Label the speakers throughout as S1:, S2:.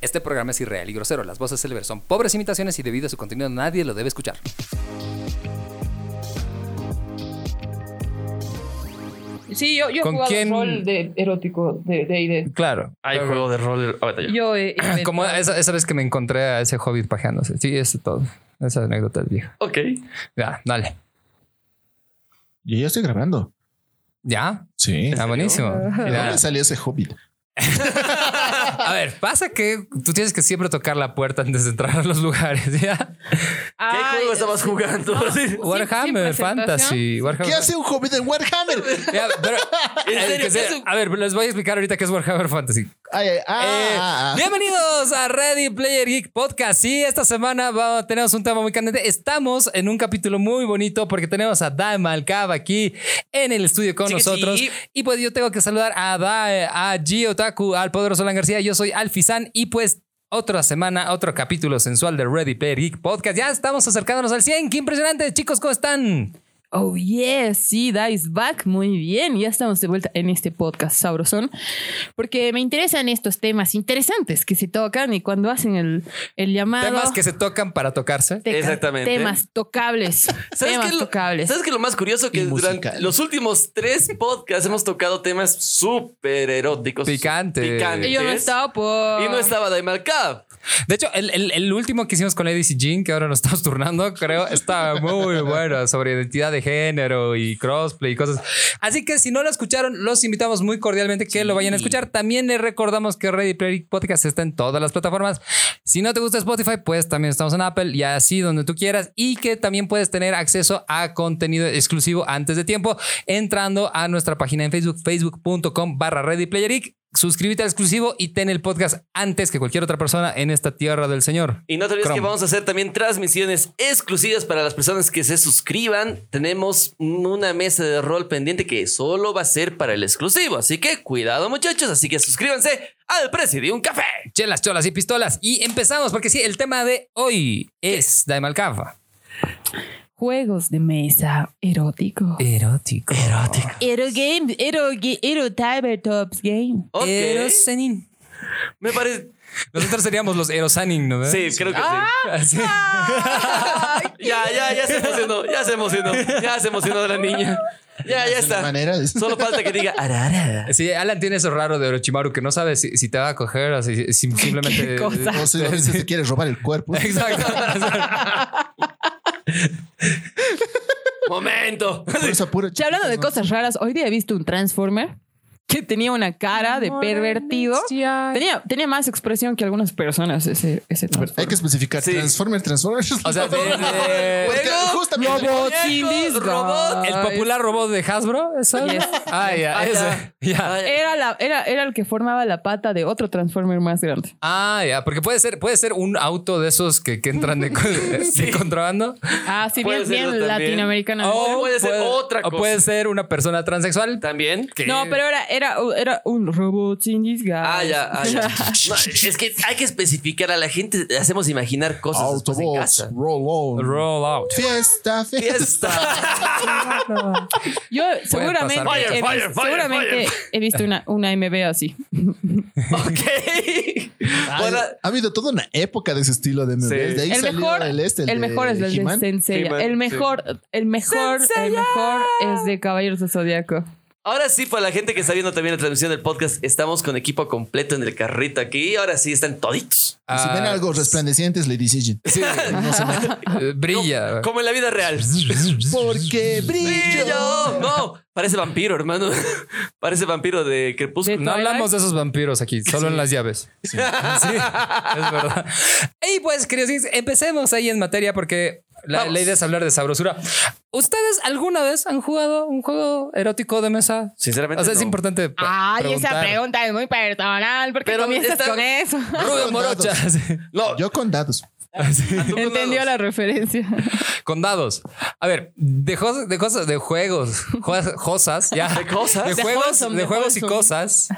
S1: Este programa es irreal y grosero. Las voces célebres son pobres imitaciones y debido a su contenido nadie lo debe escuchar.
S2: Sí, yo, yo he
S3: ¿Con
S2: jugado
S3: quién?
S2: rol de erótico de D&D.
S3: Claro.
S4: Hay
S3: Claro.
S4: juego de rol. ahorita ya.
S2: Yo he inventado-
S3: Como esa, esa vez que me encontré a ese hobbit pajeándose. Sí, eso es todo. Esa anécdota es vieja.
S4: Ok.
S3: Ya, dale.
S5: Yo ya estoy grabando.
S3: Ya,
S5: Sí.
S3: está buenísimo.
S5: ¿De
S3: Ya.
S5: dónde salió ese hobbit?
S3: A ver, pasa que tú tienes que siempre tocar la puerta antes de entrar a los lugares. ¿ya?
S4: ¿Qué
S2: Ay,
S6: eh,
S4: juego estabas jugando? Sí.
S3: Warhammer
S2: presentación.
S3: Fantasy. Warhammer
S5: ¿Qué hace un hobbit en Warhammer?
S3: Ya, pero-
S4: ¿En serio?
S3: que sea-
S4: ¿Qué es un-
S3: A ver, les voy a explicar ahorita qué es Warhammer Fantasy.
S5: Ay, ay, ah,
S3: Eh,
S5: ah, ah.
S3: Bienvenidos a Ready Player Geek Podcast. Sí, esta semana va- tenemos un tema muy candente. Estamos en un capítulo muy bonito porque tenemos a Dan Malcab aquí en el estudio con
S4: Sí que
S3: nosotros.
S4: sí.
S3: Y pues yo tengo que saludar a Dae, a Gio Taku, al poderoso Lan García. Yo soy Alfizan y pues. Otra semana, otro capítulo sensual de Ready Player Geek Podcast. Ya estamos acercándonos al 100. ¡Qué impresionante! Chicos, ¿cómo están?
S6: Oh yeah, sí, Dice Back, muy bien. Ya estamos de vuelta en este podcast sabrosón, porque me interesan estos temas interesantes que se tocan y cuando hacen el, el llamado.
S3: Temas que se tocan para tocarse.
S6: teca-
S4: Exactamente.
S6: Temas tocables.
S4: ¿Sabes
S6: temas
S4: qué, es lo,
S6: tocables.
S4: ¿Sabes qué es lo más curioso? Que
S5: Y
S4: durante
S5: musical.
S4: los últimos tres podcasts hemos tocado temas súper eróticos.
S3: Picantes.
S4: Picantes.
S6: Y yo no estaba por.
S4: Y no estaba Daimar Cab.
S3: De hecho, el, el- el último que hicimos con Lady C. Jean, que ahora nos estamos turnando, creo, está muy bueno sobre identidad de género y crossplay y cosas. Así que si no lo escucharon, los invitamos muy cordialmente que lo vayan a escuchar. También les recordamos que Ready Player Geek Podcast está en todas las plataformas. Si no te gusta Spotify, pues también estamos en Apple y así donde tú quieras. Y que también puedes tener acceso a contenido exclusivo antes de tiempo entrando a nuestra página en Facebook, facebook.com barra Ready Player Geek. Suscríbete al exclusivo y ten el podcast antes que cualquier otra persona en esta tierra del Señor.
S4: Y no te olvides que
S3: Chrome.
S4: vamos a hacer también transmisiones exclusivas para las personas que se suscriban. Tenemos una mesa de rol pendiente que solo va a ser para el exclusivo. Así que cuidado, muchachos. Así que suscríbanse al precio de un café.
S3: Chelas, cholas y pistolas. Y empezamos, porque sí, el tema de hoy es Daimal Cava.
S6: Juegos de mesa erótico.
S3: Eh, Erótico. Erótico.
S6: Ero game, ero, ge- ero tabletops game.
S4: Ok.
S3: Erosanin.
S4: Me parece.
S3: Nosotros seríamos los Erosanin, ¿no?
S5: ¿Eh?
S4: Sí, creo que
S6: Ah,
S4: sí.
S3: Así.
S4: Ya, ya, ya se emocionó, ya se emocionó, ya se emocionó de la niña. Ya, ya está.
S5: manera de-
S4: Solo falta que diga arara.
S3: Sí, Alan tiene eso raro de Orochimaru que no sabe si, si te va a coger o si, si simplemente.
S6: ¿Qué cosa?
S5: O sea, a veces te quieres robar el cuerpo.
S3: Exacto.
S4: Momento.
S5: Por eso puro
S6: Ya hablando de cosas raras, hoy día he visto un Transformer que tenía una cara de pervertido. Tenía, tenía más expresión que algunas personas ese, ese
S5: Hay
S6: Transformer.
S5: que especificar.
S4: Sí.
S5: Transformer, Transformers.
S3: O sea, de- de-
S5: Porque
S4: Pero-
S5: justamente
S6: Robots in
S4: Muñecos,
S6: disguise.
S4: robot,
S3: El popular robot de Hasbro, ¿eso?
S6: Yes.
S3: Ah, ya,
S4: Ah,
S3: ese.
S4: ya.
S3: Ya.
S4: Ah, ya.
S6: Era, la, era, era el que formaba la pata de otro Transformer más grande.
S3: Ah, ya, porque puede ser, puede ser un auto de esos que, que entran de, de contrabando.
S6: Ah, sí,
S4: Puede
S6: bien,
S4: serlo
S6: bien
S4: también. Oh,
S6: latinoamericano.
S4: O puede ser otra
S3: O
S4: cosa.
S3: puede ser una persona transexual.
S4: También.
S3: que-
S6: No, pero era, era, era un robot sin disguise.
S4: Ah, ya, ah, ya. No, es que hay que especificar a la gente, le hacemos imaginar cosas después Pues en
S5: Autobots,
S4: casa.
S5: roll on.
S3: Roll out.
S5: Fiesta, fiesta.
S4: Fiesta.
S6: Yo seguramente,
S3: pasar.
S6: he,
S4: Fire,
S6: vis-
S4: fire, fire,
S6: seguramente he visto una, una MB así.
S4: ok.
S5: Ha,
S4: Bueno,
S5: ha habido toda una época de ese estilo de MVs.
S4: Sí.
S5: De ahí
S6: El
S5: salió
S6: mejor,
S5: el este, el,
S6: el
S5: de
S6: mejor es el de este.
S5: He-Man.
S6: Sensei.
S4: He-Man, sí.
S6: El mejor, el mejor, el mejor es de Caballeros del Zodiaco.
S4: ahora sí, para la gente que está viendo también la transmisión del podcast, estamos con equipo completo en el carrito aquí. Ahora sí están toditos.
S5: Y Si ven
S3: Ah,
S5: algo resplandecientes, le dicen.
S3: sí, eh, brilla.
S4: Como en la vida real.
S5: Porque brillo.
S4: ¡Brillo! No, parece vampiro, hermano. Parece vampiro de Crepúsculo.
S6: De-
S3: No hablamos de esos vampiros aquí, solo en las llaves. Sí, es verdad. Y pues, queridos, geeks, empecemos ahí en materia porque la,
S4: Vamos.
S3: la idea es hablar de sabrosura. ¿Ustedes alguna vez han jugado un juego erótico de mesa?
S4: Sinceramente,
S3: O sea, es
S4: no.
S3: importante. pre- preguntar.
S6: pregunta es muy personal. ¿Por
S4: qué Pero comienzas está- con
S6: eso?
S3: Rubén Morocha. sí.
S4: No,
S5: Yo con datos.
S3: Así.
S4: tú con
S6: Entendió
S4: dados.
S6: la referencia.
S3: Con dados. A ver, de, jos- de cosas, de juegos, jo- cosas, ya.
S4: ¿De cosas?
S3: De
S6: De
S3: juegos,
S6: wholesome,
S3: de
S6: de
S3: juegos y
S6: wholesome.
S3: cosas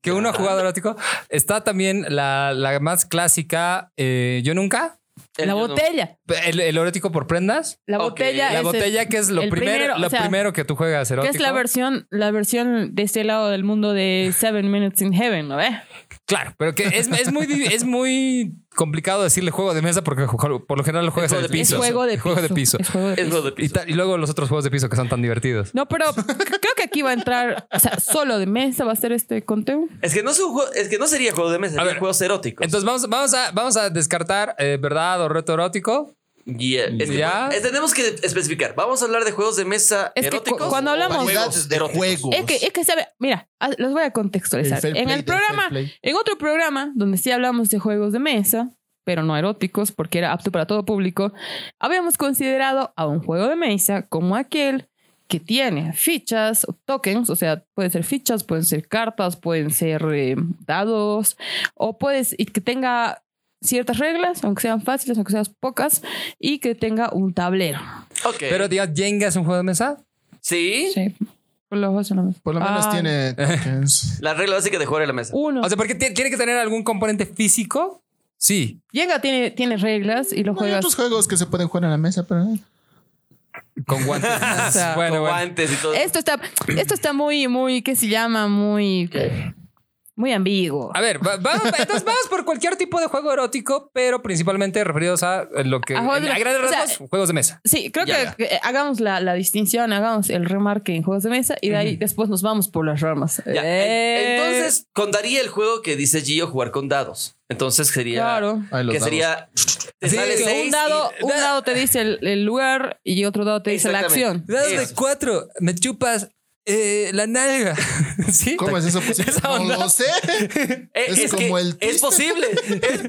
S3: que uno ha jugado erótico. Está también la, la más clásica, eh, Yo Nunca.
S4: El-
S6: la
S4: yo no-
S6: botella.
S3: ¿El, el erótico por prendas?
S6: La
S4: Ok,
S6: botella.
S3: La
S6: es el-
S3: botella, que es lo
S6: Ah, el
S3: primero,
S6: primero,
S3: lo
S6: o sea,
S3: primero que tú juegas
S6: que
S3: erótico.
S6: es la versión, la versión de este lado del mundo de Seven Minutes in Heaven, ¿no ves?
S3: Claro, pero que es, es muy, di- es muy complicado decirle juego de mesa porque ju- por lo general lo juegas en
S4: juego
S3: el
S4: de
S6: Es
S4: piso.
S3: piso.
S6: juego de
S3: Es
S6: piso.
S3: juego de piso.
S6: Es juego de
S4: Es
S6: piso.
S4: lo de
S3: Y,
S4: piso.
S3: tal- y luego los otros juegos de piso que son tan divertidos.
S6: No, pero creo que aquí va a entrar, o sea, solo de mesa va a ser este conteo.
S4: Es que no es un juego, es que no sería juego de mesa, sería
S3: ver,
S4: juegos eróticos.
S3: Entonces vamos, vamos, a, vamos a descartar eh, verdad o reto erótico.
S4: Yeah, eh, es que-
S3: Ya.
S4: es- tenemos que especificar. Vamos a hablar de juegos de mesa
S6: Es que cu-
S4: eróticos.
S6: cuando
S4: o
S6: hablamos-
S4: juegos
S5: Variedades de
S4: eróticos.
S5: juegos.
S6: Es que, es que sabe, mira, ah, los voy a contextualizar.
S5: fair
S6: en
S5: play
S6: el
S5: del fair
S6: programa,
S5: play.
S6: en otro programa donde sí hablamos de juegos de mesa, pero no eróticos, porque era apto para todo público, habíamos considerado a un juego de mesa como aquel que tiene fichas o tokens, o sea, pueden ser fichas, pueden ser cartas, pueden ser eh, dados, o puedes, y que tenga ciertas reglas, aunque sean fáciles, aunque sean pocas, y que tenga un tablero.
S4: Ok.
S3: Pero diga, Jenga es un juego de mesa.
S4: sí,
S6: Sí. Por los ojos en la mesa.
S5: Por lo menos
S6: Ah,
S5: tiene tokens.
S4: la regla básica de jugar en la mesa.
S6: Uno.
S3: O sea, porque tie- tiene que tener algún componente físico. Sí.
S6: Jenga tiene, tiene reglas y lo
S5: Hay
S6: juegas.
S5: otros juegos que se pueden jugar en la mesa, pero ¿eh?
S3: Con guantes.
S6: O sea,
S3: bueno,
S4: Con
S3: bueno.
S4: guantes y todo.
S6: Esto está, esto está muy, muy, ¿qué se llama? Muy, muy ambiguo.
S4: Ah,
S3: A ver, va- va- entonces vamos por cualquier tipo de juego erótico, pero principalmente referidos a eh, lo que.
S6: A juegos de
S3: en- a
S6: mesa.
S3: grandes
S6: O sea,
S3: rasgos, juegos de mesa.
S6: Sí, creo
S4: Ya,
S6: que eh, hagamos la, la distinción, hagamos el remarque en juegos de mesa y de ahí después nos vamos por las ramas.
S4: Ya,
S6: Eh,
S4: en- Entonces, contaría el juego que dice Gio jugar con dados. Entonces sería.
S6: Claro.
S5: Ahí los
S4: Que
S5: dados.
S4: sería. Te
S3: Sí,
S4: sale
S3: que un
S4: seis
S6: un dado,
S4: y-
S6: un dado te dice el, el lugar y otro dado te dice la acción.
S4: Exactamente. Eso.
S3: cuatro, me chupas eh, la nalga. ¿Sí?
S5: ¿Cómo es eso? posible?
S3: Esa
S5: no
S3: onda.
S5: lo sé.
S4: Eh,
S5: Es
S4: es
S5: como
S4: que
S5: el
S4: Es
S5: twist.
S4: posible. Es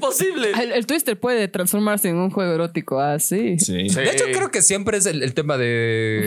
S4: posible.
S6: El, el twister puede transformarse en un juego erótico así.
S5: Sí.
S3: De hecho, creo que siempre es el, el tema de,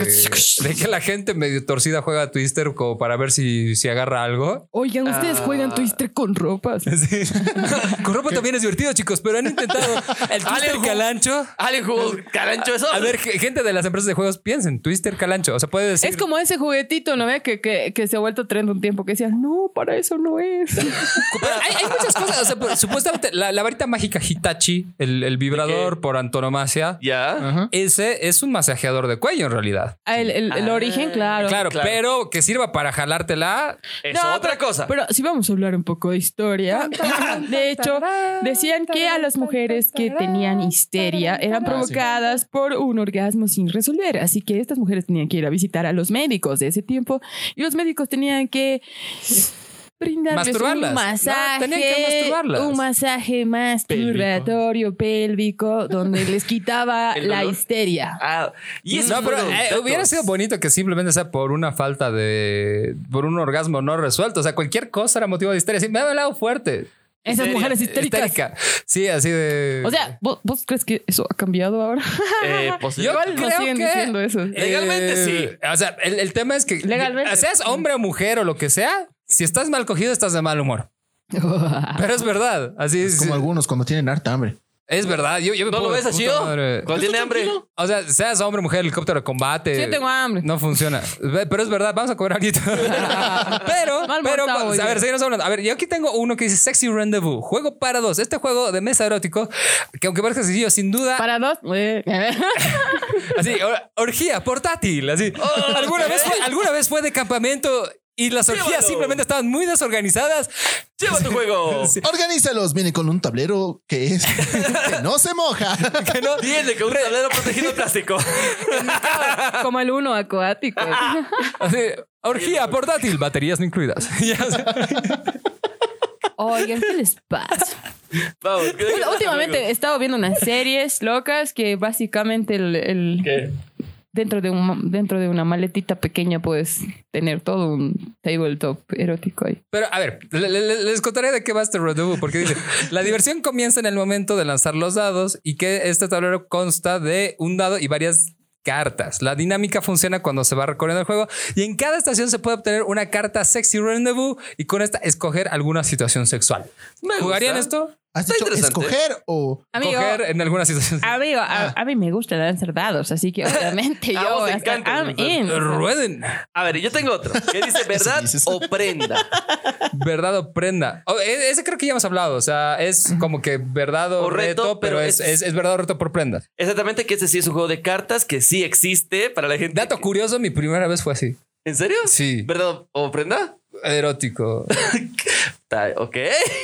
S3: de que la gente medio torcida juega a Twister como para ver si, si agarra algo.
S6: Oigan,
S4: Ah.
S6: ustedes juegan twister con ropas.
S3: Con ropa también es divertido, chicos, pero han intentado el Twister
S4: Alejo.
S3: calancho.
S4: Alguien jugó carancho eso.
S3: A ver, ge- gente de las empresas de juegos, piensen, Twister calancho. O sea, puede decir.
S6: Es como ese juguetito, ¿no ve? Que, que, que se ha vuelto trend un tiempo que decía, no, para eso no es.
S3: Pero hay, hay muchas cosas. O sea, por- supuestamente la, la varita mágica Hitachi, el, el vibrador por antonomasia,
S4: Ya.
S5: Ajá.
S3: ese es un masajeador de cuello en realidad.
S6: el el- el
S4: Ah,
S6: origen, claro.
S3: Claro,
S4: claro.
S3: pero que sirva para jalártela.
S4: Es
S6: No,
S4: otra cosa.
S6: Pero si vamos a hablar un poco de historia, de hecho, decían que a las mujeres que tenían histeria eran
S5: Ah, sí.
S6: provocadas por un orgasmo sin resolver. Así que estas mujeres tenían que ir a visitar a los médicos de ese tiempo y los médicos tenían que brindarles
S3: Masturbarlas,
S6: un
S3: ¿no?
S6: masaje,
S3: Tenían que masturbarlas.
S6: un masaje masturbatorio pélvico donde les quitaba
S4: ¿El
S6: la
S4: dolor?
S6: histeria.
S4: Ah, y eso
S3: no, pero
S4: fueron
S3: eh,
S4: datos.
S3: hubiera sido bonito que simplemente sea por una falta de. por un orgasmo no resuelto. O sea, cualquier cosa era motivo de histeria. Sí, me ha hablado fuerte.
S6: Esas mujeres histéricas.
S3: Histérica. Sí, así de.
S6: O sea, ¿vos, vos crees que eso ha cambiado ahora?
S4: Eh, posible.
S3: Yo
S6: Igual no
S3: creo
S6: siguen
S3: que-
S6: diciendo eso.
S4: Legalmente sí.
S3: Eh, O sea, el, el tema es que.
S6: Legalmente.
S3: Seas hombre o mujer o lo que sea, si estás mal cogido, estás de mal humor. Pero es verdad. Así es.
S5: Es como algunos cuando tienen harta hambre.
S3: Es verdad. Yo, yo me
S4: ¿No lo
S3: pongo de
S4: ves así,
S3: puta
S4: yo?
S3: madre.
S4: Cuando tiene hambre.
S3: O sea, seas hombre, mujer, helicóptero de combate.
S6: Yo tengo hambre.
S3: No funciona. Ve, Pero es verdad, vamos a cobrar ahorita. pero,
S6: Mal
S3: pero, a
S6: montado, oye.
S3: ver, seguimos hablando. A ver, yo aquí tengo uno que dice Sexy Rendezvous, juego para dos. Este juego de mesa erótico, que aunque parezca sencillo, sin duda,
S6: Para dos. eh,
S3: así, or- orgía portátil, así.
S4: Oh,
S3: ¿Alguna, vez fue, alguna vez fue de campamento y las orgías
S4: Llévalo.
S3: simplemente estaban muy desorganizadas.
S4: Lleva tu juego.
S5: Organízalos. Viene con un tablero que es que no se moja.
S3: Que no,
S4: Tiene que un tablero protegido de plástico.
S6: Como el uno acuático.
S3: así, orgía portátil, baterías no incluidas. Ya, así.
S6: Oigan, ¿qué les pasa?
S4: Vamos.
S6: Bueno, Últimamente he estado viendo unas series locas que básicamente el, el-
S4: ¿Qué?
S6: dentro, de un, dentro de una maletita pequeña puedes tener todo un tabletop erótico ahí.
S3: Pero a ver, le- le- le- les contaré de qué va este rendezvous, porque dice, la diversión comienza en el momento de lanzar los dados y que este tablero consta de un dado y varias cartas. La dinámica funciona cuando se va recorriendo el juego y en cada estación se puede obtener una carta sexy rendezvous y con esta escoger alguna situación sexual.
S4: Me
S3: ¿Jugarían
S4: gusta.
S3: esto?
S5: ¿Has
S4: Está
S5: dicho
S4: interesante.
S5: escoger o
S6: Amigo, Ah,
S3: Coger en algunas situaciones.
S6: amigo, a, a mí me gusta lanzar dados, así que obviamente
S4: Ah. A
S6: yo
S4: vos
S6: voy
S4: te
S6: a estar-
S4: encanta
S6: I'm
S4: lanzar
S6: in.
S3: Rueden.
S4: A ver, yo tengo otro. ¿Qué dice verdad
S5: dices.
S4: o prenda?
S3: Verdad o prenda. O- e- ese creo que ya hemos hablado. O sea, es como que verdad o,
S4: O
S3: reto,
S4: reto,
S3: pero,
S4: pero
S3: es, es-
S4: es-
S3: es verdad o reto por prenda.
S4: Exactamente, que este sí es un juego de cartas que sí existe para la gente.
S3: Dato curioso, mi primera vez fue así.
S4: ¿En serio?
S3: Sí,
S4: ¿Verdad o prenda?
S3: erótico.
S4: Ta- Ok.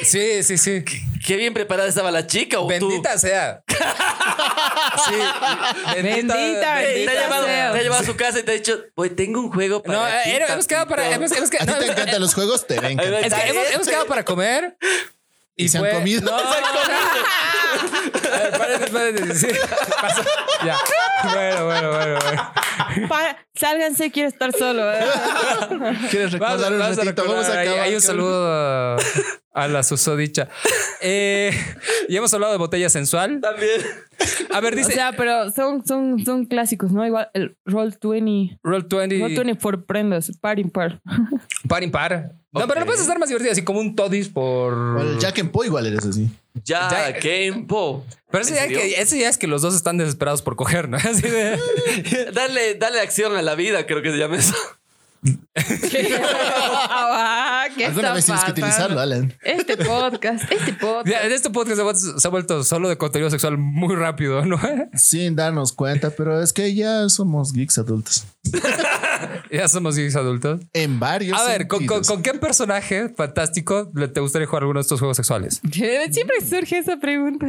S3: Sí, sí, sí.
S4: Qué bien preparada estaba la chica o
S3: Bendita sea. Sí.
S6: Bendita,
S4: tú. Ey, Te
S6: bendita
S4: ha llevado,
S6: sea.
S4: te ha llevado a su casa y te ha dicho, voy, tengo un juego para
S3: No,
S4: ti,
S3: eh, hemos quedado para.
S4: papito".
S3: hemos- hemos
S5: a ti
S3: quedado-
S5: te
S3: no,
S5: encantan los juegos, te ven.
S4: Ahí va,
S3: Es
S4: está
S3: que hemos,
S4: bien.
S3: hemos quedado para comer.
S5: Y se han
S3: fue-
S5: comido.
S3: No, A ver, Espérense, espérense. Sí, pasó. Ya. Bueno, bueno, bueno. bueno.
S6: Pa- sálganse, quiero estar solo. ¿eh?
S5: ¿Quieres recordar
S3: Vamos a- vamos
S5: un
S3: a
S5: ratito? Vamos
S3: recordar.
S5: a
S3: Ahí-
S5: acabar.
S3: Hay un saludo a, a la susodicha. Eh, y hemos hablado de botella sensual.
S4: También.
S3: A ver,
S6: O
S3: dice
S6: sea, pero son, son, son clásicos, ¿no? Igual el Roll 20.
S3: Roll 20.
S6: Roll 20 por prendas, par impar.
S3: Par impar. No,
S4: Ok.
S3: pero no puedes estar más divertido, así como un todis por.
S5: O el Jack and Po igual eres así.
S4: Ya,
S3: Ya-
S4: Game Po.
S3: Pero eso
S4: ¿En
S3: ya,
S4: serio?
S3: que, eso ya es que los dos están desesperados por coger, ¿no? Así de-
S4: Dale, dale acción a la vida, creo que se llama eso.
S6: Ah, va, ¿qué está
S5: Alguna vez tienes que
S6: pasando?
S5: utilizarlo, Alan.
S6: Este podcast, este
S3: Ya,
S6: podcast.
S3: en este podcast se ha- se ha vuelto solo de contenido sexual muy rápido, ¿no?
S5: Sin darnos cuenta, pero es que ya somos geeks adultos.
S3: Ya somos gays adultos.
S5: En varios.
S3: A ver, ¿con, con,
S5: sentidos.
S3: con qué personaje fantástico le- te gustaría jugar alguno de estos juegos sexuales?
S6: Siempre surge esa pregunta.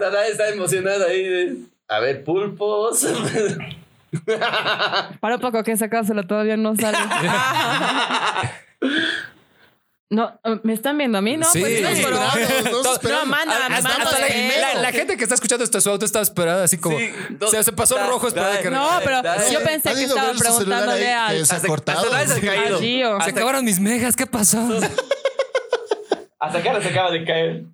S4: Tara está emocionada ahí. de, A ver, pulpos.
S6: Para un poco que esa cápsula todavía no sale. no, me están viendo a mí, ¿no?
S3: Sí.
S6: Pues no,
S5: Estamos
S6: pero-
S5: esperados, todos
S3: No,
S5: esperando.
S6: no, manda.
S3: Hasta- hasta
S6: manda
S3: la,
S6: primero.
S3: la- la gente que está escuchando este esto en su auto está esperada así como...
S4: Sí, no,
S3: se, se pasó el rojo esperando
S4: dale,
S3: que...
S6: No, pero
S4: Dale.
S6: yo pensé
S5: ¿Han
S6: que
S5: ido a ver
S6: estaban
S5: su celular
S6: preguntándole
S5: ahí
S6: al.
S5: que se ha
S4: Hasta-
S5: cortado.
S4: hasta Tara se ha
S6: a
S4: caído.
S6: Gio.
S3: Se acabaron mis megas, ¿qué pasó?
S4: Hasta acá se acaba de caer.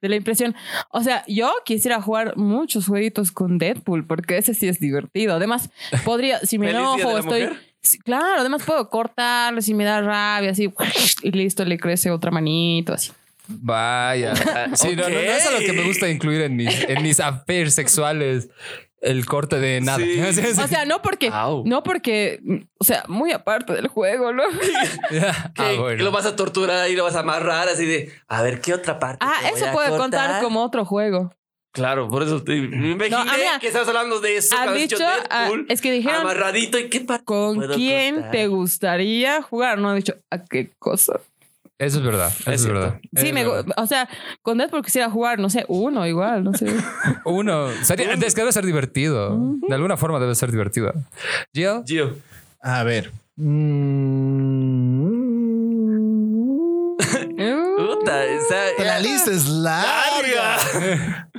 S6: de la impresión. O sea, yo quisiera jugar muchos jueguitos con Deadpool porque ese sí es divertido. Además, podría, si me
S4: ¿Feliz Día de
S6: enojo,
S4: la
S6: estoy.
S4: Mujer?
S6: Sí, claro, además puedo cortarlo si me da rabia, así y listo, le crece otra manito, así.
S3: Vaya. Sí, no, no, no es a lo que me gusta incluir en mis, en mis affairs sexuales el corte de nada.
S4: Sí.
S3: Sí, sí.
S6: O sea, no porque,
S4: Au.
S6: no porque, o sea, muy aparte del juego, ¿no?
S3: Ah,
S4: Que-
S3: bueno.
S4: que lo vas a torturar y lo vas a amarrar así de a ver qué otra parte.
S6: Ah,
S4: te voy
S6: eso
S4: a
S6: puede
S4: cortar?
S6: contar como otro juego.
S4: Claro, por eso te, me imaginé
S6: No, ah, mira,
S4: que estabas hablando de eso.
S6: han
S4: cuando has
S6: dicho, ah,
S4: Deadpool,
S6: es que dijeron-
S4: amarradito y qué parte.
S6: ¿Con
S4: puedo
S6: quién
S4: cortar?
S6: te gustaría jugar? No he dicho a qué cosa.
S3: Eso es verdad. Eso es,
S4: cierto.
S3: verdad.
S6: Sí,
S3: Es
S6: me,
S3: verdad.
S6: gu- o sea, con Deadpool quisiera jugar, no sé, uno igual, no sé.
S3: Uno. Sería- es que debe ser divertido. De alguna forma debe ser divertido. Gio,
S4: Gio.
S5: A ver. Mm.
S6: Uh.
S4: Puta, esa-
S5: La lista es larga.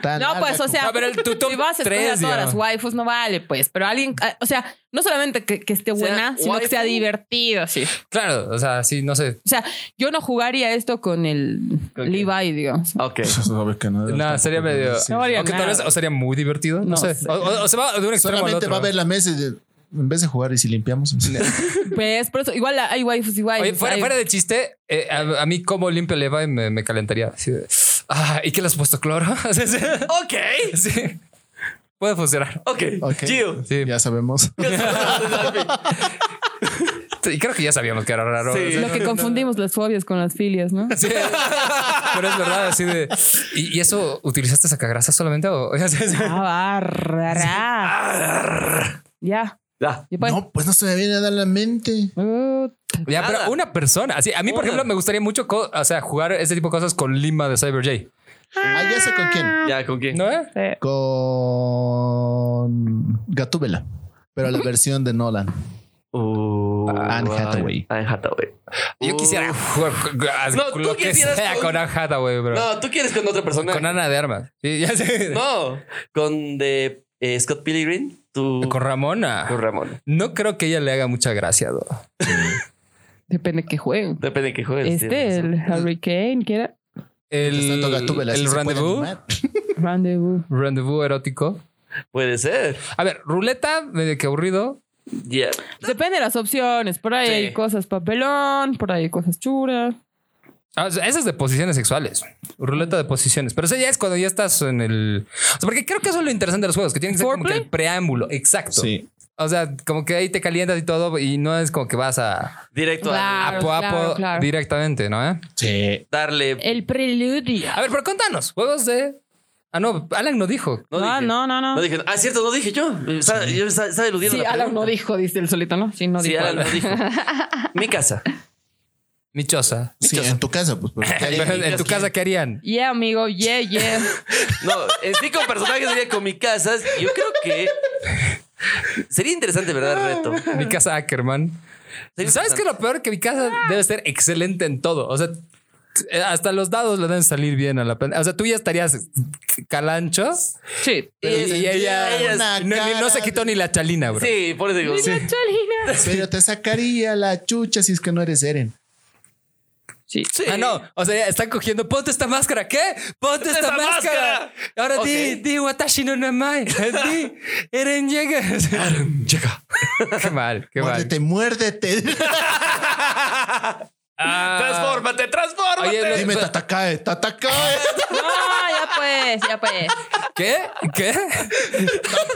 S5: Tan
S6: No,
S5: larga
S6: pues, o
S5: como-
S6: sea,
S3: A ver, el tu top
S6: si vas a escoger a
S3: tres,
S6: todas
S3: ya.
S6: las waifus, no vale, pues. Pero alguien, ah, o sea, no solamente que, que esté
S4: sea,
S6: buena, sino que sea
S4: waifu.
S6: divertido, sí. O
S3: claro, o sea, sí, no sé.
S6: sea, yo no jugaría esto con el
S4: Ok.
S6: Levi, digamos.
S4: Ok.
S5: A ver, que no,
S3: No, sería
S5: tampoco
S3: medio.
S5: sí.
S6: No haría
S3: o que tal
S6: nada.
S3: vez o sería muy divertido. No,
S6: No
S3: sé.
S6: sé.
S3: O, o- o se va de un extremo al
S5: Solamente
S3: otro.
S5: va a ver la mesa y de- en vez de jugar y si limpiamos.
S6: Pues, por eso, igual hay waifus y waifus.
S3: Oye, fuera,
S6: hay-
S3: fuera de chiste, eh, a, a mí como limpio le va y me, me calentaría. así de, ah, ¿Y qué le has puesto cloro? Sí, sí.
S4: Ok.
S3: Sí. Puede funcionar.
S4: Ok.
S5: Ok.
S4: Gio.
S3: Sí.
S5: Ya sabemos.
S3: Y creo que ya sabíamos que era raro.
S4: Sí.
S6: Lo que confundimos las fobias con las filias, ¿no?
S3: Sí. Pero es verdad, así de. ¿Y, y eso utilizaste sacagrasa solamente? O,
S6: Ah, bárbara. Ya,
S4: Ya.
S6: ya pues.
S5: No, pues no se me viene a dar la mente.
S6: Uh,
S3: Ya,
S4: Nada.
S3: pero una persona. Así, a mí, por
S4: Una.
S3: ejemplo, me gustaría mucho co- o sea, jugar ese tipo de cosas con Lima de Cyber J.
S5: Ah, ya sé con quién.
S4: Ya, ¿con quién?
S3: ¿No? eh?
S6: sí.
S5: Con Gatúbela. Pero la versión de Nolan.
S4: Uh,
S5: Anne
S4: ay,
S5: Hathaway.
S4: Anne Hathaway.
S3: Yo quisiera
S4: Uf.
S3: jugar con, con-
S4: No, tú
S3: lo que
S4: quisieras
S3: sea
S4: con-
S3: con Anne Hathaway, bro.
S4: No, tú quieres con otra persona.
S3: con Ana de Armas. Sí, ya sé.
S4: No, con de eh, Scott Pilgrim. Tú.
S6: Eh,
S3: Con Ramona.
S4: con Ramón.
S3: No creo que ella le haga mucha gracia. ¿no?
S6: Depende de qué juego.
S4: Depende de qué juegues.
S3: Pues,
S6: Este,
S4: tienes razón.
S6: el Hurricane, que era
S3: El,
S5: Mientras tanto, Gatúbela sí
S3: el
S5: se puede
S3: rendezvous.
S5: animar.
S6: Rendezvous.
S3: Rendezvous erótico.
S4: Puede ser.
S3: A ver, ruleta, medio que aburrido.
S4: Ya.
S6: Depende de las opciones. Por ahí
S4: Sí.
S6: hay cosas papelón, por ahí hay cosas churas.
S3: Ah, o sea, esa es de posiciones sexuales. Ruleta de posiciones. Pero eso ya es cuando ya estás en el. o sea, porque creo que eso es lo interesante de los juegos, que tienen que ser como que
S6: ¿Foreplay?
S3: el preámbulo. Exacto.
S5: Sí.
S3: O sea, como que ahí te calientas y todo, y no es como que vas a
S4: Directo a
S6: Claro,
S3: apo a
S6: claro,
S3: apo
S6: claro.
S3: directamente, ¿no? eh?
S5: Sí.
S4: darle.
S6: El preludio.
S3: A ver, pero contanos, juegos de. Ah, no, Alan no dijo.
S4: No,
S6: No,
S4: dije.
S6: no, no, no.
S4: No dije. Ah, cierto, no dije yo. Estaba, yo estaba, estaba eludiendo
S6: Sí,
S4: la
S6: Alan no
S4: pregunta.
S6: dijo, dice el solito, ¿no? Sí, no
S4: Sí,
S6: dijo.
S4: Alan no dijo. Mi casa.
S3: Michosa.
S5: Sí, en tu casa, pues. porque hay-
S3: Pero en tu casa, ¿qué harían?
S6: Yeah, amigo, yeah, yeah.
S4: No, en sí con personajes sería con mi casa. Yo creo que sería interesante, ¿verdad? El reto.
S3: Mi casa Ackerman.
S4: Sería
S3: ¿Sabes qué?
S4: interesante.
S3: Lo peor que mi casa debe ser excelente en todo. O sea, eh, hasta los dados le deben salir bien a la pena. O sea, tú ya estarías calancho
S6: Sí.
S3: y,
S4: Sí,
S3: y ella
S4: ella es-
S3: no, ni- no se quitó ni la chalina, bro.
S4: Sí, por eso digo.
S6: Sí.
S5: Pero te sacaría la chucha si es que no eres Eren.
S6: Sí.
S4: Sí.
S3: Ah, no. O sea, están cogiendo, ponte esta máscara. ¿Qué? Ponte esta,
S4: esta
S3: máscara.
S4: máscara!
S3: Ahora di,
S4: Ok.
S3: di, Watashi no namai. Di, Eren llega. llega. Qué mal, qué mal.
S5: Muérdete, muérdete.
S3: Ah.
S4: Transfórmate, transfórmate.
S3: Oye, no-
S5: Dime, tatakae, tatakae.
S6: No, ya pues, ya pues.
S3: ¿Qué? ¿Qué?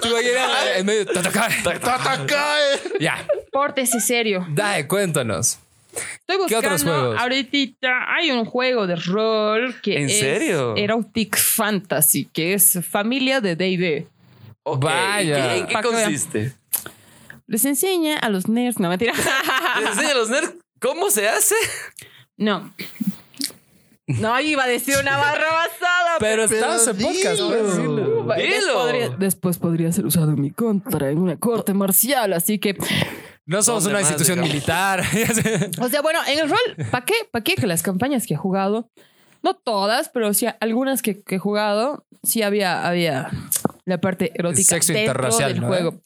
S3: Tú imaginas en medio. "Tatakai".
S5: Tatakae.
S3: Ya,
S6: Pórtese serio.
S3: dale, cuéntanos.
S6: Estoy
S3: ¿Qué
S6: buscando
S3: otros juegos?
S6: ahorita hay un juego de rol que
S4: ¿En
S6: es
S4: serio?
S6: Erotic Fantasy, que es familia de D&D.
S4: Ok,
S3: Vaya.
S4: ¿y ¿En qué
S6: Pa' que vean.
S4: consiste?
S6: Les enseña a los nerds, no mentira.
S4: Les enseña a los nerds cómo se hace.
S6: No. No iba a decir una barra basada,
S3: Pero estamos en
S5: dilo.
S3: podcast. puedes decirlo.
S6: Después
S4: Dilo.
S6: podría- después podría ser usado en mi contra en una corte marcial, así que...
S3: No somos
S4: ¿Dónde
S3: una
S4: más,
S3: institución
S4: digamos?
S3: militar.
S6: O sea, bueno, en el rol, ¿para qué? ¿Para qué que las campañas que he jugado, no todas, pero sí algunas que, que he jugado, sí había, había la parte erótica
S3: Sexo
S6: dentro
S3: interracial,
S6: del
S3: ¿no?
S6: juego.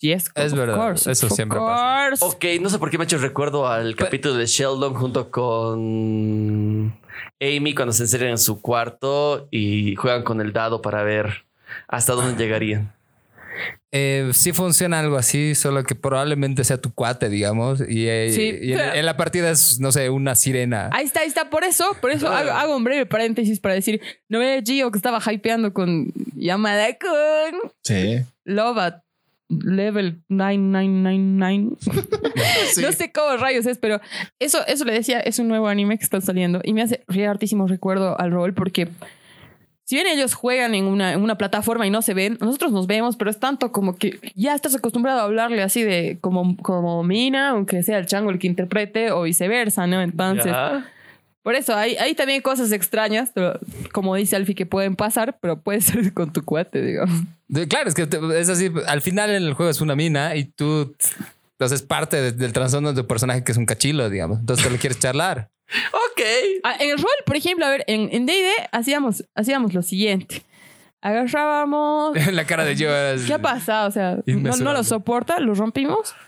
S6: Yes,
S3: Es
S6: of
S3: verdad,
S6: course,
S3: eso
S6: of
S3: siempre Oh.
S6: course.
S4: Ok, no sé por qué me ha hecho recuerdo al capítulo de Sheldon junto con Amy cuando se encerran en su cuarto y juegan con el dado para ver hasta
S6: Ah,
S4: dónde llegarían.
S3: Eh, sí funciona algo así, solo que probablemente sea tu cuate, digamos. Y, eh,
S6: Sí.
S3: y en, en la partida es, no sé, una sirena.
S6: Ahí está, ahí está. Por eso, por eso hago, hago un breve paréntesis para decir, no ve Gio que estaba hypeando con Yamada Kun.
S5: Sí.
S6: Love at level 9999.
S5: Sí.
S6: No sé cómo rayos es, pero eso, eso le decía, es un nuevo anime que está saliendo y me hace reír hartísimo recuerdo al rol porque si bien ellos juegan en una, en una plataforma y no se ven, nosotros nos vemos, pero es tanto como que ya estás acostumbrado a hablarle así de como, como Mina, aunque sea el chango el que interprete o viceversa, ¿no? Entonces,
S4: Ya.
S6: por eso hay, hay también cosas extrañas, pero como dice Alfie, que pueden pasar, pero puede ser con tu cuate, digamos.
S3: De- Claro, es que te- es así. Al final en el juego es una mina y tú entonces parte de- del trastorno de tu personaje que es un cachilo, digamos. Entonces te lo quieres charlar.
S4: Ok.
S6: Ah, En el rol, por ejemplo, a ver, en, en D&D hacíamos, hacíamos lo siguiente. Agarrábamos...
S3: la cara de yo es-
S6: ¿Qué ha pasado? O sea, no, no
S3: Inmesurable.
S6: lo soporta, lo rompimos.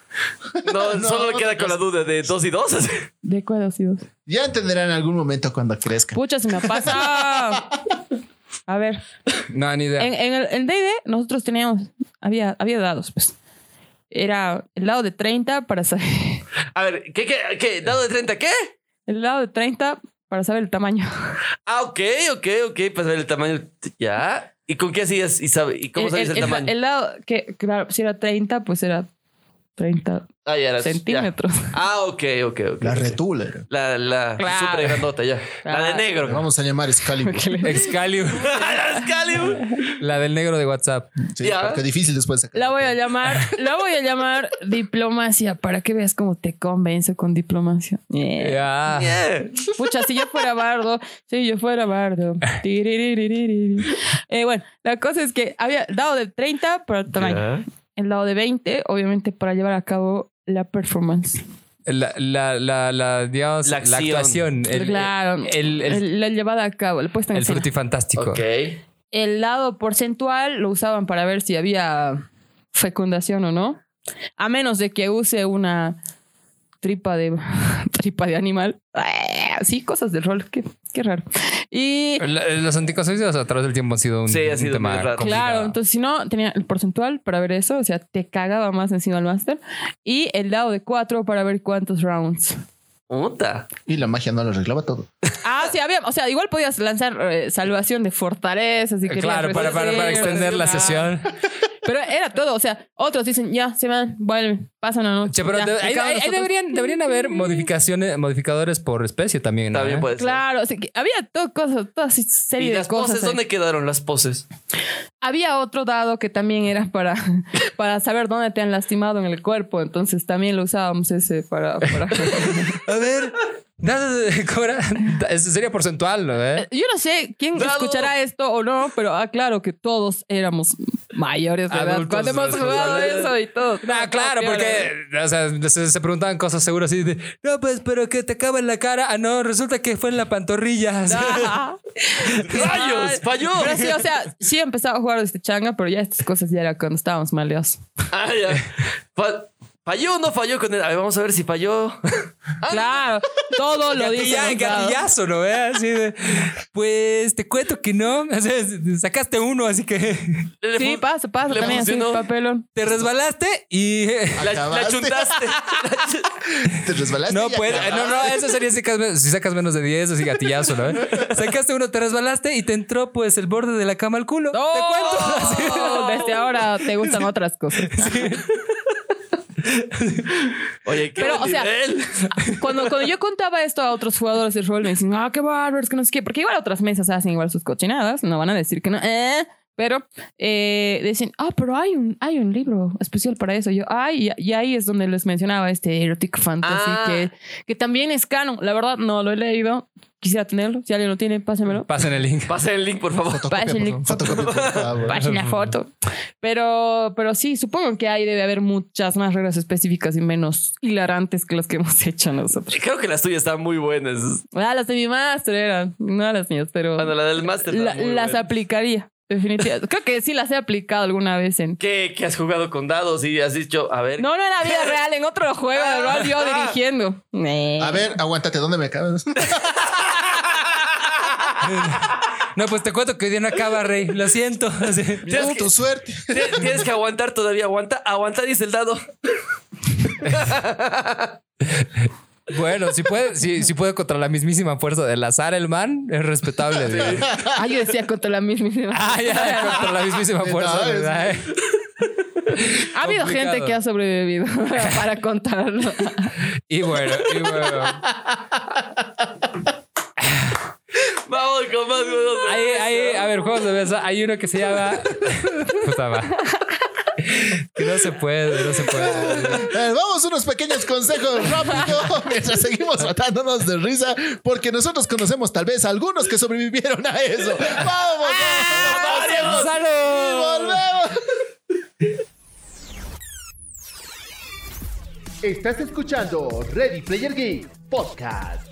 S4: No, solo queda con la duda de dos y dos.
S6: De cuerdos y dos.
S5: Ya entenderán en algún momento cuando crezca.
S6: Pucha, se me pasa. A ver,
S3: No, ni idea.
S6: en, en el en D&D nosotros teníamos, había, había dados, pues. Era el lado de 30 para saber...
S4: A ver, ¿qué, qué, qué? ¿Dado de 30 qué?
S6: El lado de 30 para saber el tamaño.
S4: Ah, ok, ok, ok. Para saber el tamaño. Ya. ¿Y con qué hacías? ¿Y, sabe- y cómo
S6: El-
S4: sabías el,
S6: el, el-
S4: tamaño?
S6: el lado que, claro, si era 30, pues era 30
S4: ah, ya era- ya.
S6: centímetros.
S4: Ah, ok, ok, ok.
S5: La
S4: ok.
S5: retula.
S4: La, la
S6: Claro.
S4: super grandota, ya. La de
S6: Claro.
S5: Le
S4: negro.
S5: Vamos a llamar Excalibur.
S3: Excalibur,
S4: La Excalibur.
S3: la del negro de WhatsApp.
S5: Sí,
S4: Ya.
S5: porque difícil después sacar.
S6: La voy a llamar, la voy a llamar diplomacia para que veas cómo te convenzo con diplomacia.
S3: Eh.
S6: Yeah.
S3: Ya.
S4: Yeah.
S6: Pucha, si yo fuera bardo, si yo fuera bardo. Tiririririri. Eh, bueno, la cosa es que había dado de 30 para el tamaño,
S4: Ya.
S6: el lado de 20, obviamente para llevar a cabo la performance.
S3: La, la, la, la, digamos, la,
S4: La acción.
S3: actuación. El,
S6: claro,
S3: el- el-
S6: el- la llevada a cabo, la puesta en
S3: El
S6: escena.
S3: frutifantástico.
S4: Ok.
S6: el lado porcentual lo usaban para ver si había fecundación o no. A menos de que use una tripa de tripa de animal. Ah, Sí, cosas del rol, qué, qué raro. Y
S3: La- Los anticonceptivos a través del tiempo han sido un,
S4: Sí, ha
S3: un
S4: sido
S3: tema
S4: muy raro.
S3: complicado.
S6: claro, entonces si no, tenía el porcentual para ver eso, o sea, te cagaba más encima el máster. Y el dado de cuatro para ver cuántos rounds.
S4: Puta.
S5: Y la magia no lo arreglaba todo.
S6: Ah, sí, había. O sea, igual podías lanzar eh, salvación de fortalezas y que
S3: Eh, Claro, para, para, para extender la sesión.
S6: Pero era todo. O sea, otros dicen, ya, se van, vuelven, pasan la noche.
S3: Che, pero
S6: ya,
S3: de-
S6: y
S3: ahí, Mm.
S6: cada
S3: ahí- ahí
S6: nosotros-
S3: deberían, deberían haber modificaciones, modificadores por especie también. ¿no?
S4: También
S3: ¿Eh?
S4: puede ser.
S6: Claro, o sea, que había todo, cosas, toda así serie
S4: ¿Y
S6: de
S4: las
S6: cosas. eh.
S4: poses?
S6: ahí.
S4: ¿Dónde quedaron las poses?
S6: Había otro dado que también era para, para saber dónde te han lastimado en el cuerpo. Entonces también lo usábamos ese para. para-
S3: A ver. nada de- ¿cómo era? Eso sería porcentual, ¿no? ¿Eh?
S6: Yo no sé quién
S4: Dado.
S6: escuchará esto o no, pero aclaro que todos éramos mayores de edad
S3: Adultos
S6: cuando hemos jugado
S3: responsables.
S6: eso y todo.
S3: Ah, claro, porque o sea, se, se preguntaban cosas seguras así de, no, pues, pero que te acaba en la cara. Ah, no, resulta que fue en la pantorrilla.
S6: Ah.
S4: ¡Rayos! Ah, ¡Falló!
S6: Pero sí, o sea, sí empezaba a jugar este changa, pero ya estas cosas ya era cuando estábamos maleados.
S4: Ah, ya. Fa- ¿Falló o no falló con él? A ver, vamos a ver si falló.
S6: Claro, todo lo
S3: Gatilla-
S6: dice.
S3: gatillazo, ¿no? ¿Eh? Así de, pues te cuento que no. O sea, sacaste uno, así que
S4: Le
S6: Sí,
S4: fu-
S6: pasa, pasa
S4: le
S6: también así,
S4: funcionó.
S6: papelón.
S3: te resbalaste y.
S4: La, la
S5: Acabaste.
S4: chuntaste.
S5: Te resbalaste.
S3: No,
S5: y
S3: pues,
S5: acabaste.
S3: no, no, eso sería si sacas, men- si sacas menos de 10, así gatillazo, ¿no? Eh, Sacaste uno, te resbalaste y te entró, pues, el borde de la cama al culo. Te cuento. Así.
S6: Oh, Desde ahora te gustan otras cosas.
S4: Oye, qué
S6: Pero, o sea,
S4: nivel.
S6: Cuando, cuando yo contaba esto a otros jugadores de rol, me dicen, ah, qué bárbaros, que no sé qué. Porque igual otras mesas hacen igual sus cochinadas, no van a decir que no. eh, pero eh, dicen, ah, pero hay un, hay un libro especial para eso. Yo, ay, y, y ahí es donde les mencionaba este Erotic Fantasy,
S4: Ah.
S6: que, que también es canon. La verdad, no lo he leído. Quisiera tenerlo. Si alguien lo tiene, pásenmelo.
S3: Pasen el link.
S4: Pasa el link, por favor.
S5: Fotocopia, por
S6: Pásenle.
S5: favor. Fotocopia, por favor.
S6: Página foto. Pero, pero sí, supongo que ahí debe haber muchas más reglas específicas y menos hilarantes que las que hemos hecho nosotros.
S4: Creo que las tuyas están muy buenas.
S6: Ah, las de mi máster eran, no las mías, pero
S4: Bueno, la del máster.
S6: la-
S4: está muy
S6: las
S4: buena.
S6: aplicaría. Definitivamente. Creo que sí las he aplicado alguna vez en.
S4: ¿Qué, ¿Qué has jugado con dados y has dicho, a ver,
S6: No, no en la vida real, en otro juego de rol yo dirigiendo. Eh,
S5: A ver, aguántate, ¿dónde me acabas?
S3: No, pues te cuento que hoy día no acaba, Rey. Lo siento. Así.
S4: Tienes que-
S5: tu suerte.
S4: Te- Tienes que aguantar todavía, aguanta, aguanta, dice el dado.
S3: Bueno, si puede, si, si puede contra la mismísima fuerza del azar, el man, es respetable. digo.
S6: Ah, yo decía contra la misma.
S3: Ah, ya, contra la mismísima fuerza,
S5: No, es-
S3: ¿verdad? eh?
S6: ha habido
S3: complicado.
S6: gente que ha sobrevivido para contarlo.
S3: Y bueno, y bueno.
S4: Vamos con más huevos.
S3: Hay, hay- a ver, juegos de mesa. Hay uno que se llama. Puta madre. Que no se puede, no se puede.
S5: A ver, Eh, vamos unos pequeños consejos rápido mientras seguimos matándonos de risa, porque nosotros conocemos tal vez a algunos que sobrevivieron a eso. ¡Vamos! vamos, vamos, vamos! ¡Y volvemos! Estás escuchando Ready Player Geek Podcast.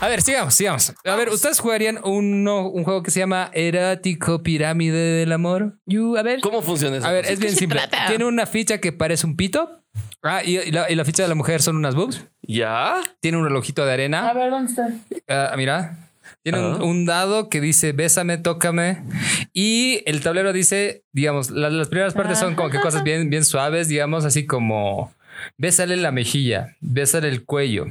S3: A ver, sigamos, sigamos. A ver, ¿ustedes jugarían uno, un juego que se llama Erático Pirámide del Amor?
S6: You, a ver.
S4: ¿Cómo funciona eso?
S3: A ver, es bien
S6: se
S3: simple.
S6: trata?
S3: Tiene una ficha que parece un pito. Ah, y, y la, y la ficha de la mujer son unas boobs.
S4: ¿Ya?
S3: Tiene un relojito de arena.
S6: A ver, ¿dónde está?
S3: Ah, mira. Tiene un,
S4: Ah.
S3: un dado que dice bésame, tócame. Y el tablero dice, digamos, las, las primeras partes son como que cosas bien, bien suaves, digamos, así como bésale la mejilla, bésale el cuello.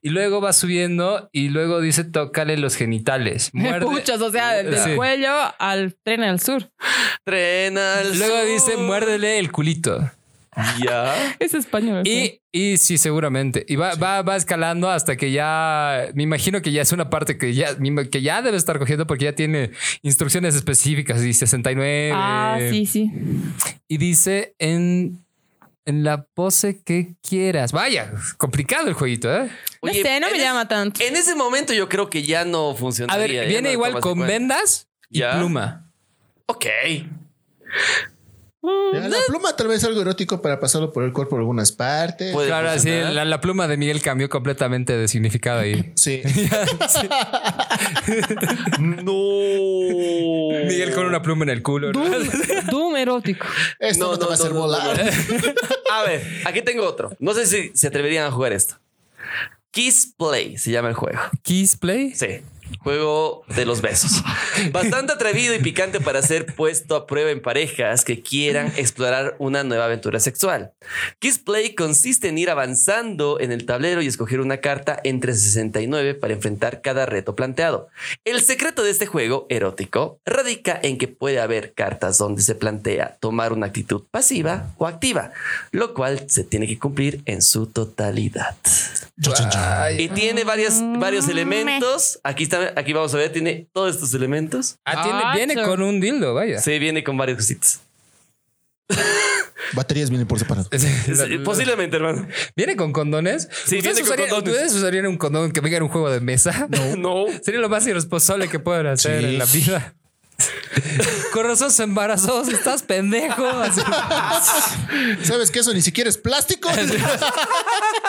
S3: Y luego va subiendo y luego dice tócale los genitales. Muerde.
S6: Puchas, o sea, del
S3: Sí.
S6: cuello al tren al sur.
S4: Tren al
S3: Luego
S4: sur.
S3: dice muérdele el culito.
S4: ¿Ya?
S6: Es español.
S3: Y, eh, y sí, seguramente. Y va, va, va escalando hasta que ya, me imagino que ya es una parte que ya, que ya debe estar cogiendo porque ya tiene instrucciones específicas y 69.
S6: Ah, sí, sí.
S3: Y dice en, en la pose que quieras. Vaya, complicado el jueguito, ¿eh?
S6: No
S4: Oye,
S6: sé, no me
S4: en es-
S6: llama tanto.
S4: En ese momento yo creo que ya no
S3: A
S4: funcionaría.
S3: ver,
S4: ya
S3: viene
S4: no
S3: igual
S4: tomas
S3: con
S4: en cuenta.
S3: vendas y
S4: Ya.
S3: pluma.
S4: Ok.
S5: La pluma tal vez algo erótico para pasarlo por el cuerpo en algunas partes.
S4: Puede
S3: Claro, así
S4: funcionar.
S3: la, la pluma de Miguel cambió completamente de significado ahí.
S5: Sí.
S4: No.
S3: Miguel con una pluma en el culo. ¿no?
S6: Doom, Doom erótico.
S5: Esto no, te va a hacer
S4: no, no,
S5: volar.
S4: no. A ver, aquí tengo otro. No sé si se atreverían a jugar esto. Kiss Play se llama el juego.
S3: Kiss Play.
S4: Sí. juego de los besos. Bastante atrevido y picante para ser puesto a prueba en parejas que quieran explorar una nueva aventura sexual. Kiss Play consiste en ir avanzando en el tablero y escoger una carta entre 69 para enfrentar cada reto planteado. El secreto de este juego erótico radica en que puede haber cartas donde se plantea tomar una actitud pasiva o activa, lo cual se tiene que cumplir en su totalidad. Y tiene varias, varios
S6: Mm,
S4: elementos. Aquí está, aquí vamos a ver, tiene todos estos elementos.
S3: Ah, tiene-
S6: Ah,
S3: viene
S6: chao.
S3: con un dildo, vaya.
S4: Se viene con varias cositas.
S5: Baterías vienen por separado.
S4: Sí, Posiblemente, hermano.
S3: ¿Viene con condones?
S4: Sí,
S3: ¿Ustedes,
S4: viene con
S3: usarían,
S4: condones.
S3: ustedes usarían un condón que venga en un juego de mesa?
S4: No.
S3: Sería lo más irresponsable que puedan hacer
S5: Sí.
S3: en la vida. Con razón se embarazó, estás pendejo. Así.
S5: ¿Sabes que eso ni siquiera es plástico?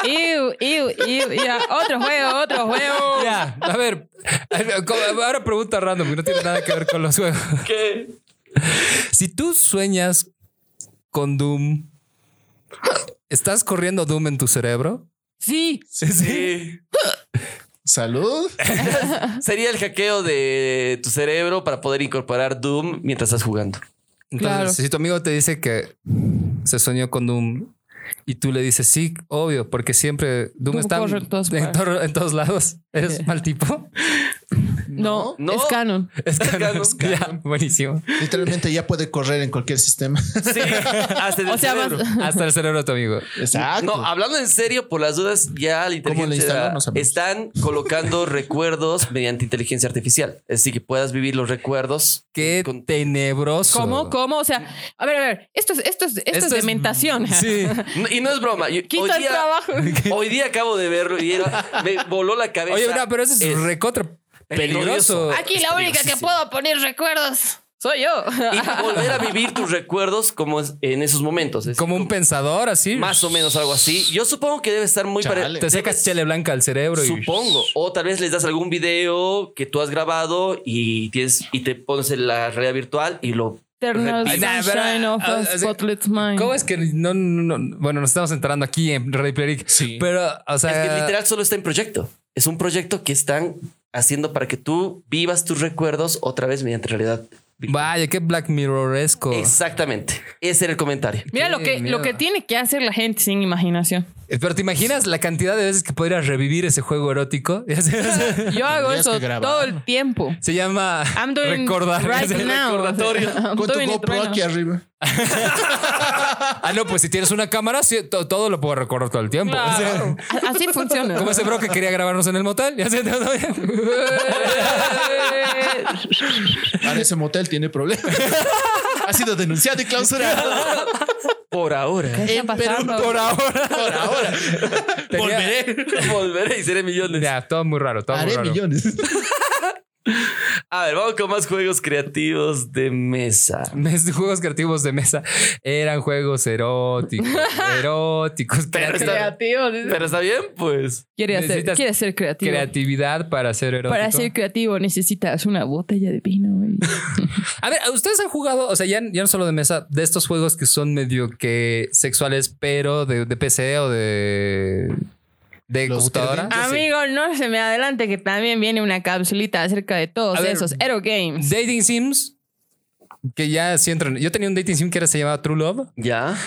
S6: Iu, iu, iu, ya. Otro juego, otro juego.
S3: Ya, a ver, ahora pregunta random que no tiene nada que ver con los juegos.
S4: ¿Qué?
S3: Si tú sueñas con Doom, ¿estás corriendo Doom en tu cerebro?
S6: Sí.
S4: Sí.
S5: Salud.
S4: Sería el hackeo de tu cerebro para poder incorporar Doom mientras estás jugando.
S3: Entonces,
S6: Claro.
S3: si tu amigo te dice que se soñó con Doom y tú le dices sí, obvio, porque siempre Doom,
S6: Doom
S3: está
S6: corre en todas
S3: en, to- en todos lados, eres mal tipo.
S6: No,
S4: No.
S6: es canon.
S3: Es
S4: canon.
S3: Ya, buenísimo.
S5: Literalmente ya puede correr en cualquier sistema.
S4: Sí. Hasta en el
S6: O sea,
S4: cerebro.
S6: más-
S3: Hasta el cerebro de tu amigo.
S5: Exacto.
S4: No, ah, hablando en serio, por las dudas, ya la
S5: Ah, ¿Cómo le instaló?
S4: inteligencia
S5: No sabemos.
S4: están colocando recuerdos mediante inteligencia artificial. Así que puedas vivir los recuerdos.
S3: Qué
S4: Con-
S3: tenebroso.
S6: ¿Cómo? ¿Cómo? O sea, a ver, a ver. Esto es, esto es, esto es
S3: Esto es-
S6: dementación.
S3: Sí.
S4: No, Y no es broma. Yo- hoy,
S6: Quita el
S4: día,
S6: trabajo.
S4: hoy día acabo de verlo y era- me voló la cabeza.
S3: Oye, no, pero eso es,
S4: Es
S3: recontra
S4: peligroso.
S3: peligroso.
S6: Aquí la única que puedo poner recuerdos soy yo.
S4: Y volver a vivir tus recuerdos como es- en esos momentos. Es
S3: Como un pensador así.
S4: más o menos algo así. Yo supongo que debe estar muy
S5: Chale.
S4: pare-
S3: Te sacas chele blanca al cerebro y.
S4: Supongo. O tal vez les das algún video que tú has grabado y tienes y te pones en la realidad virtual y lo
S6: Eternal
S3: Ay, nah, pero-
S6: sunshine of
S3: ah,
S6: a
S3: así-
S6: spotless mind.
S3: ¿Cómo es que no, no- no- Bueno, nos estamos enterando aquí en Ready Player Geek,
S5: Sí.
S3: Pero, o sea.
S4: Es que literal solo está en proyecto. Es un proyecto que están haciendo para que tú vivas tus recuerdos otra vez mediante realidad. virtual.
S3: Vaya, qué Black Mirroresco.
S4: Exactamente. Ese era el comentario.
S6: Mira lo
S3: Qué
S6: que,
S3: miedo.
S6: lo que tiene que hacer la gente sin imaginación.
S3: Eh, Pero te imaginas la cantidad de veces que podrías revivir ese juego erótico.
S6: Yo hago
S5: Tendrías
S6: eso
S5: que grabar.
S6: todo el tiempo.
S3: Se llama
S6: I'm doing
S3: recordar.
S6: right now.
S4: recordatorio.
S6: I'm
S5: Con tu
S6: doing it
S5: GoPro
S6: right now.
S5: aquí arriba.
S3: Ah, no, pues si tienes una cámara, sí, to- todo lo puedo recordar todo el tiempo. O sea,
S6: Claro. A- Así funciona.
S3: como ese bro que quería grabarnos en el motel. Ya sé, no, no, ya.
S5: Ahora ese motel tiene problemas. ha sido denunciado y clausurado.
S4: Por ahora.
S6: ¿Qué
S5: En
S6: está pasando?
S3: Por ahora.
S5: Por ahora.
S3: Tenía-
S4: Volveré y seré millones.
S3: Ya, todo muy raro, todo muy
S5: Haré
S3: raro.
S5: millones.
S4: A ver, vamos con más juegos creativos de mesa.
S3: Mes- Juegos creativos de mesa eran juegos eróticos, eróticos.
S4: Pero está-
S3: creatividad-
S6: Creativo.
S4: Pero está bien, pues.
S6: Quiere, hacer-
S3: Necesitas
S6: quiere ser creativo.
S3: creatividad para ser erótico.
S6: Para ser creativo necesitas una botella de vino. y-
S3: A ver, ¿ustedes han jugado, o sea, ya, ya no solo de mesa, de estos juegos que son medio que sexuales, pero de, de PC o de, de
S5: Los
S3: computadora?
S5: que
S6: Amigo, no se me adelante que también viene una capsulita acerca de todos
S3: A ver,
S6: esos Hero Games.
S3: Dating Sims, que ya sí entran. Yo tenía un Dating Sim que era, se llamaba True Love.
S4: Ya.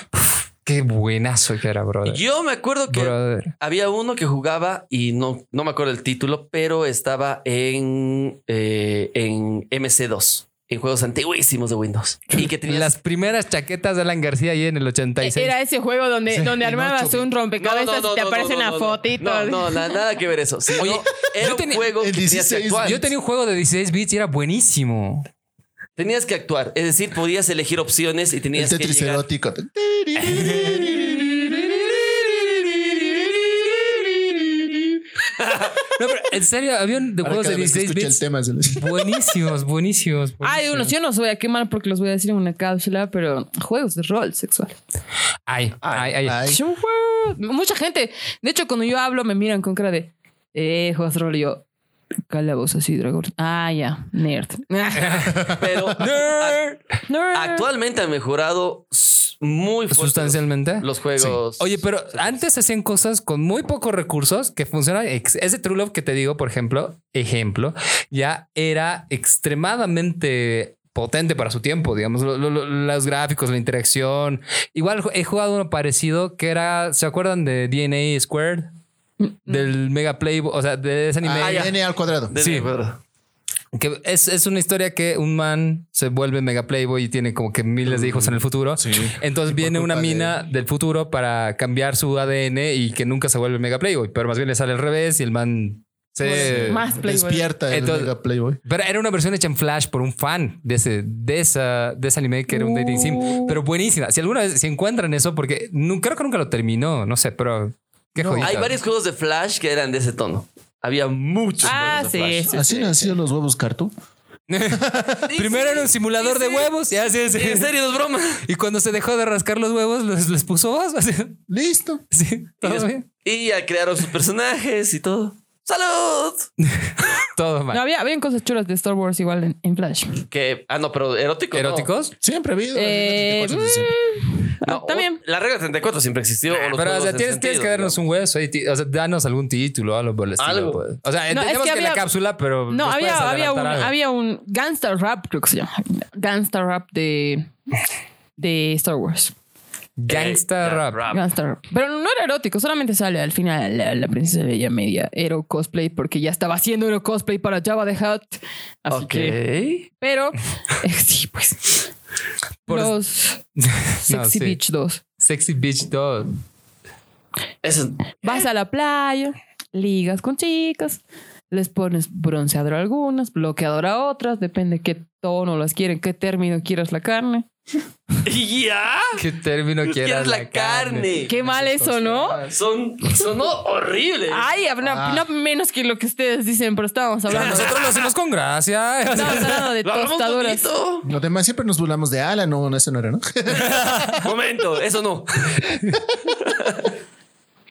S3: Qué buenazo que era, brother.
S4: Yo me acuerdo que
S3: Brother.
S4: había uno que jugaba y no, no me acuerdo el título, pero estaba en, eh, en MC2, en juegos antiguísimos de Windows. Y que tenía
S3: Las primeras chaquetas de Alan García ahí en el 86.
S6: Era ese juego donde, donde
S5: en
S6: armabas
S5: ocho
S6: un rompecabezas y te aparece una fotito.
S4: No, no, na- nada que ver eso. Oye, era
S3: yo
S4: un
S3: tenía-
S4: juego que
S5: el
S4: tenías que
S5: 16,
S4: actuar.
S3: Yo tenía un juego de 16 bits y era buenísimo.
S4: Tenías que actuar. Es decir, podías elegir opciones y
S5: El
S4: tenías que
S5: Tetris
S4: llegar.
S5: erótico.
S3: No, pero en serio, había un de
S5: Ahora
S3: juegos de
S5: cada vez que
S3: 16
S5: escuche el
S3: bits.
S5: tema se les-
S3: Buenísimos, buenísimos.
S6: Hay
S3: buenísimos.
S6: unos, yo no los voy a quemar porque los voy a decir en una cápsula, pero juegos de rol sexual.
S3: Ay, ay, ay.
S5: Ay.
S6: Es un juego. Mucha gente, de hecho, cuando yo hablo, me miran con cara de, eh, juegos de rol, y yo, calabozos y dragones. Ah, ya, nerd.
S4: Pero a-
S6: Nerd.
S4: actualmente han mejorado s- muy fuertes
S3: Sustancialmente.
S4: los juegos.
S3: Oye, pero antes hacían cosas con muy pocos recursos que funcionan. ex- Ese True Love que te digo, por ejemplo, ejemplo, ya era extremadamente potente para su tiempo, digamos, Lo- lo- lo- los gráficos, la interacción. Igual he jugado uno parecido que era, ¿se acuerdan de DNA Squared? Del Mega Playboy, o sea, de ese anime.
S5: Ah,
S4: ya.
S5: N al cuadrado.
S4: De-
S3: sí.
S4: verdad.
S3: Que es, es una historia que un man se vuelve mega playboy y tiene como que miles de hijos en el futuro. Entonces viene una
S5: culpa de-
S3: mina del futuro para cambiar su ADN y que nunca se vuelve mega playboy, pero más bien le sale al revés y el man
S4: Pues,
S3: se...
S6: Más Playboy.
S5: Despierta el
S3: Entonces-
S5: mega Playboy.
S3: Pero era una versión hecha en Flash por un fan de ese, de esa, de ese anime que era un dating sim, pero buenísima. Si alguna vez se encuentran eso, porque nunca, creo que nunca lo terminó, no sé, pero qué jodido.
S4: Hay varios juegos de Flash que eran de ese tono. Había muchos.
S6: Ah,
S4: juegos de
S6: sí,
S4: Flash.
S6: sí.
S5: Así nacieron los huevos cartú.
S3: Primero era un simulador
S4: Sí,
S3: de
S4: sí.
S3: huevos, ya sí, sí.
S4: En serio, no es broma.
S3: Y cuando se dejó de rascar los huevos, les, les puso voz. así.
S5: Listo.
S3: Sí,
S4: Y,
S3: todo
S4: des-
S3: bien.
S4: y ya crearon sus personajes y todo. ¡Salud!
S3: Todo mal.
S6: No, había, habían cosas chulas de Star Wars igual en, en Flash.
S4: Que, ah, no, pero erótico. no.
S3: ¿Eróticos?
S5: Siempre ha habido.
S6: Eh,
S5: las reglas 34 de siempre.
S4: No,
S6: Ah, También.
S4: o- La regla 34 siempre existió. o
S3: Pero, o
S4: los juegos
S3: sea,
S4: en
S3: tienes, tienes
S4: sentido,
S3: que darnos
S4: ¿no?
S3: un hueso. ahí, ti- O sea, danos algún título, algo por el estilo,
S4: Algo.
S3: pues. O sea,
S6: No, es
S3: entendemos
S6: que
S3: que, la
S6: había-
S3: cápsula, pero.
S6: No,
S3: nos puedes
S6: había, había, un,
S3: adelantar algo.
S6: había un gangster rap, creo que se llama. Gangster rap de, de Star Wars.
S3: Gangsta
S4: Eh,
S3: rap.
S6: Gangster rap. Pero no era erótico, solamente sale al final la, la princesa de Bella Media. Ero cosplay porque ya estaba haciendo Ero cosplay para Java the Hutt. Así
S4: Ok.
S6: que. Pero. eh, sí, pues.
S3: Por-
S6: Los Sexy
S3: No, sí.
S6: Beach 2.
S3: Sexy Bitch 2.
S4: Eso-
S6: Vas a la playa, ligas con chicas, les pones bronceador a algunas, bloqueador a otras, depende qué tono las quieren, qué término quieras la carne.
S4: ¿Y ya?
S3: ¿Qué término quieras?
S4: ¿Quieres la carne?
S6: Qué mal eso, ¿no?
S4: Son, sonó horrible.
S6: Ay, no, no menos que lo que ustedes dicen, pero estábamos hablando,
S3: Nosotros lo hacemos con gracia.
S6: estábamos hablando de
S4: Lo hablamos
S6: tostaduras.
S4: bonito.
S5: Lo demás siempre nos burlamos de Alan. No, no, eso no era, ¿no?
S4: Momento, eso no.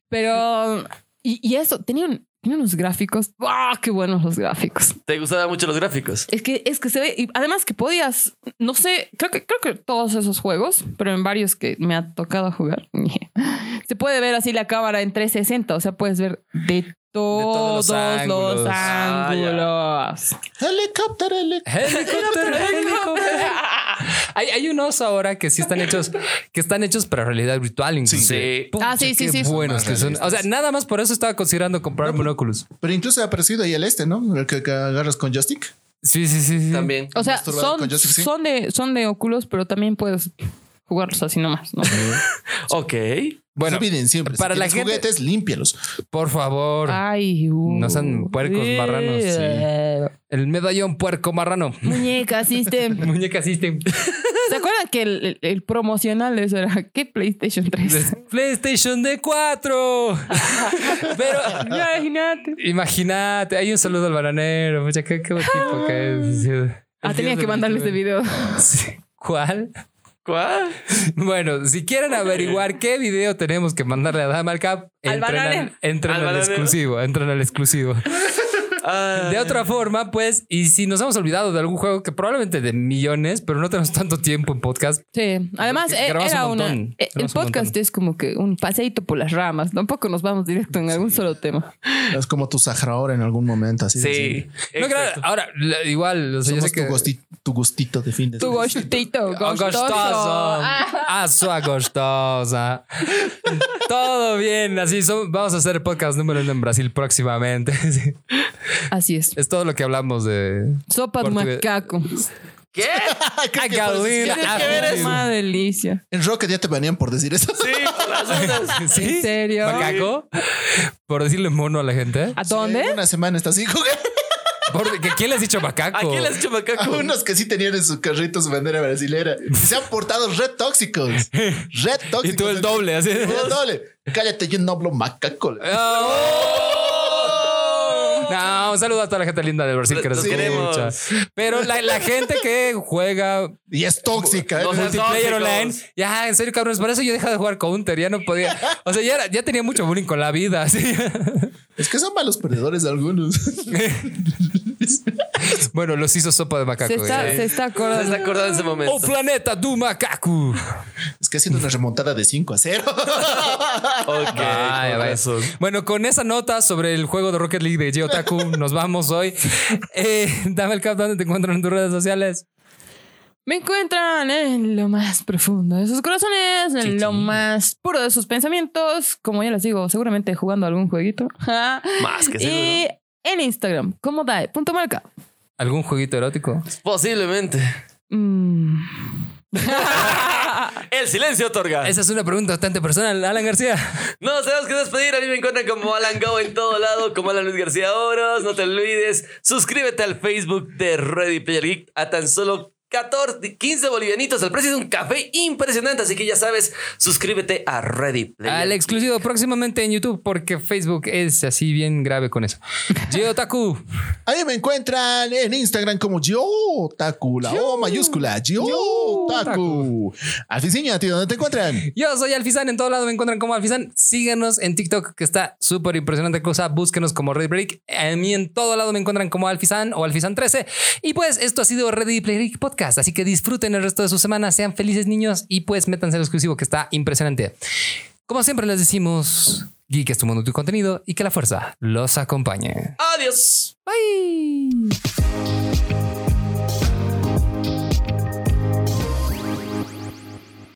S6: Pero, y, y eso, tenía, un- tenía unos gráficos. ¡Wow! ¡Qué buenos los gráficos!
S4: ¿Te gustaban mucho los gráficos?
S6: Es que, es que se ve, y además que podías, no sé, creo que, creo que todos esos juegos, pero en varios que me ha tocado jugar, se puede ver así la cámara en 360, o sea, puedes ver de todos
S3: todos los
S6: los
S3: ángulos.
S6: ángulos.
S4: Ah,
S5: Helicóptero, helicóptero.
S3: Helicóptero, helicóptero. Hay, hay unos ahora que sí están hechos, que están hechos para realidad virtual, inclusive.
S4: Sí.
S6: Ah, sí, sí,
S5: qué
S6: sí.
S3: Buenos que son. O sea, nada más por eso estaba considerando comprar un Oculus.
S4: pues,
S5: Pero incluso ha aparecido ahí el este, ¿no? El que, que agarras con joystick.
S3: Sí, sí, sí, sí.
S4: También.
S6: O sea,
S5: Masturbado con
S6: son,
S5: joystick, sí.
S6: son, de, son de óculos, pero también puedes jugarlos así nomás. ¿no? Oh.
S4: Ok.
S3: Bueno,
S5: Se piden siempre.
S3: para
S5: Para
S3: la
S5: si la
S3: gente-
S5: juguetes, límpialos.
S3: por favor.
S6: Ay, uh.
S3: No sean puercos marranos, sí.
S6: Eh,
S3: El medallón puerco marrano.
S6: Muñeca System.
S3: Muñeca System.
S6: ¿Se acuerdan que el, el- el promocional de eso era que PlayStation 3?
S3: PlayStation de 4. Pero
S6: Imagínate.
S3: imagínate, hay un saludo al bananero. Mucha, qué, qué buen tipo que es.
S6: Ah, tenía que mandarle este video.
S3: Sí. ¿Cuál?
S4: ¿Cuál?
S3: Bueno, si quieren averiguar qué video tenemos que mandarle a Dama al Cap,
S6: Al
S3: entren
S6: bananero.
S3: al, entren
S4: Al
S3: al
S4: bananero.
S3: exclusivo. Entren al exclusivo.
S4: Ah,
S3: De otra forma, pues, y si nos hemos olvidado de algún juego que probablemente de millones, pero no tenemos tanto tiempo en podcast,
S6: Sí, además
S3: Porque
S6: eh,
S3: grabamos
S6: era
S3: un
S6: una.
S3: montón,
S6: eh, El
S3: grabamos un
S6: podcast
S3: montón.
S6: es como que un paseíto por las ramas. Tampoco nos vamos directo en algún solo tema.
S5: Es como tu Sahara ahora en algún momento. Así de
S4: sí.
S5: simple.
S3: No, claro,
S4: exacto.
S3: ahora, la- igual, o sea, yo
S5: Somos
S3: sé que.
S5: tu, gusti- tu gustito de fin de
S6: Tu
S5: semana.
S6: gostito,
S3: Agostoso.
S6: gostoso. Ah,
S3: A su agostosa. Todo bien, así son- vamos a hacer el podcast número uno en Brasil próximamente. Sí.
S6: Así es.
S3: Es todo lo que hablamos de.
S6: Sopa de
S3: Portugués.
S6: macaco.
S4: ¿Qué?
S5: ¿Qué- qué
S3: Agalina,
S5: puedes decir?
S3: Ah,
S6: Una delicia.
S5: En Rocket ya te banean por decir eso.
S4: Sí, por las dudas.
S3: ¿Sí?
S6: ¿En serio?
S3: ¿Macaco? Por decirle mono a la gente.
S6: ¿A dónde?
S5: Sí, en una semana está así jugando.
S3: Por- ¿que- ¿Quién les ha dicho
S4: ¿A
S3: macaco?
S4: quién le has hecho
S5: A
S4: macaco?
S5: unos que sí tenían en su carrito su bandera brasilera. Se han portado red tóxicos. Red tóxicos.
S3: Y tú el doble, así.
S5: Yo El doble. Cállate, yo no hablo macaco.
S3: ¡Oh! No, un saludo a toda la gente linda del Brasil que nos
S4: Los queremos.
S3: escucha. Pero la, la gente que juega
S5: Y es tóxica. ¿eh?
S4: No seas
S3: multiplayer
S4: tóxicos.
S3: online, ya, en serio, cabrones, por eso yo dejaba de jugar Counter, ya no podía. O sea, ya, era- ya tenía mucho bullying con la vida. así.
S5: Es que son malos perdedores algunos.
S3: Bueno, los hizo sopa de macaco.
S6: Se está,
S3: güey.
S6: se está
S4: Se
S6: acordando.
S4: está acordando de ese momento.
S3: ¡Oh, planeta du macaco!
S5: Es que haciendo una remontada de 5 a 0.
S4: Ok,
S3: Vaya,
S4: con
S3: vaya.
S4: razón.
S3: Bueno, con esa nota sobre el juego de Rocket League de Geo Taku, nos vamos hoy. Eh, dame el cap donde te encuentran en tus redes sociales.
S6: Me encuentran en lo más profundo de sus corazones, en
S3: Sí,
S6: lo
S3: sí.
S6: más puro de sus pensamientos, como ya les digo, seguramente jugando algún jueguito. Ja.
S4: Más que
S3: Eh.
S4: seguro.
S6: y en Instagram, como dae.marca.
S3: ¿Algún jueguito erótico?
S4: Posiblemente.
S6: Mm.
S4: El silencio otorga.
S3: Esa es una pregunta bastante personal, Alan García.
S4: Nos tenemos que despedir. A mí me encuentran como Alan Go en todo lado, como Alan Luis García Oros. No te olvides. Suscríbete al Facebook de Ready Player Geek a tan solo 14, 15 bolivianitos. El precio de un café impresionante. Así que ya sabes, suscríbete a Ready Player
S3: Al exclusivo próximamente en YouTube, porque Facebook es así bien grave con eso. Geo Taku.
S5: Ahí me encuentran en Instagram como Yotaku, la O mayúscula, Yotaku. Alficiña, ¿a ti dónde te encuentran?
S3: Yo soy Alfizan, en todo lado me encuentran como Alfizan. Síganos en TikTok, que está súper impresionante cosa. Búsquenos como Red Break. A mí en todo lado me encuentran como Alfizan o Alfizan13. Y pues esto ha sido Ready Player Geek Podcast. Así que disfruten el resto de su semana, sean felices niños y pues métanse al exclusivo, que está impresionante. Como siempre les decimos, Geek es tu mundo, tu contenido y que la fuerza los acompañe.
S4: Adiós.
S3: Bye.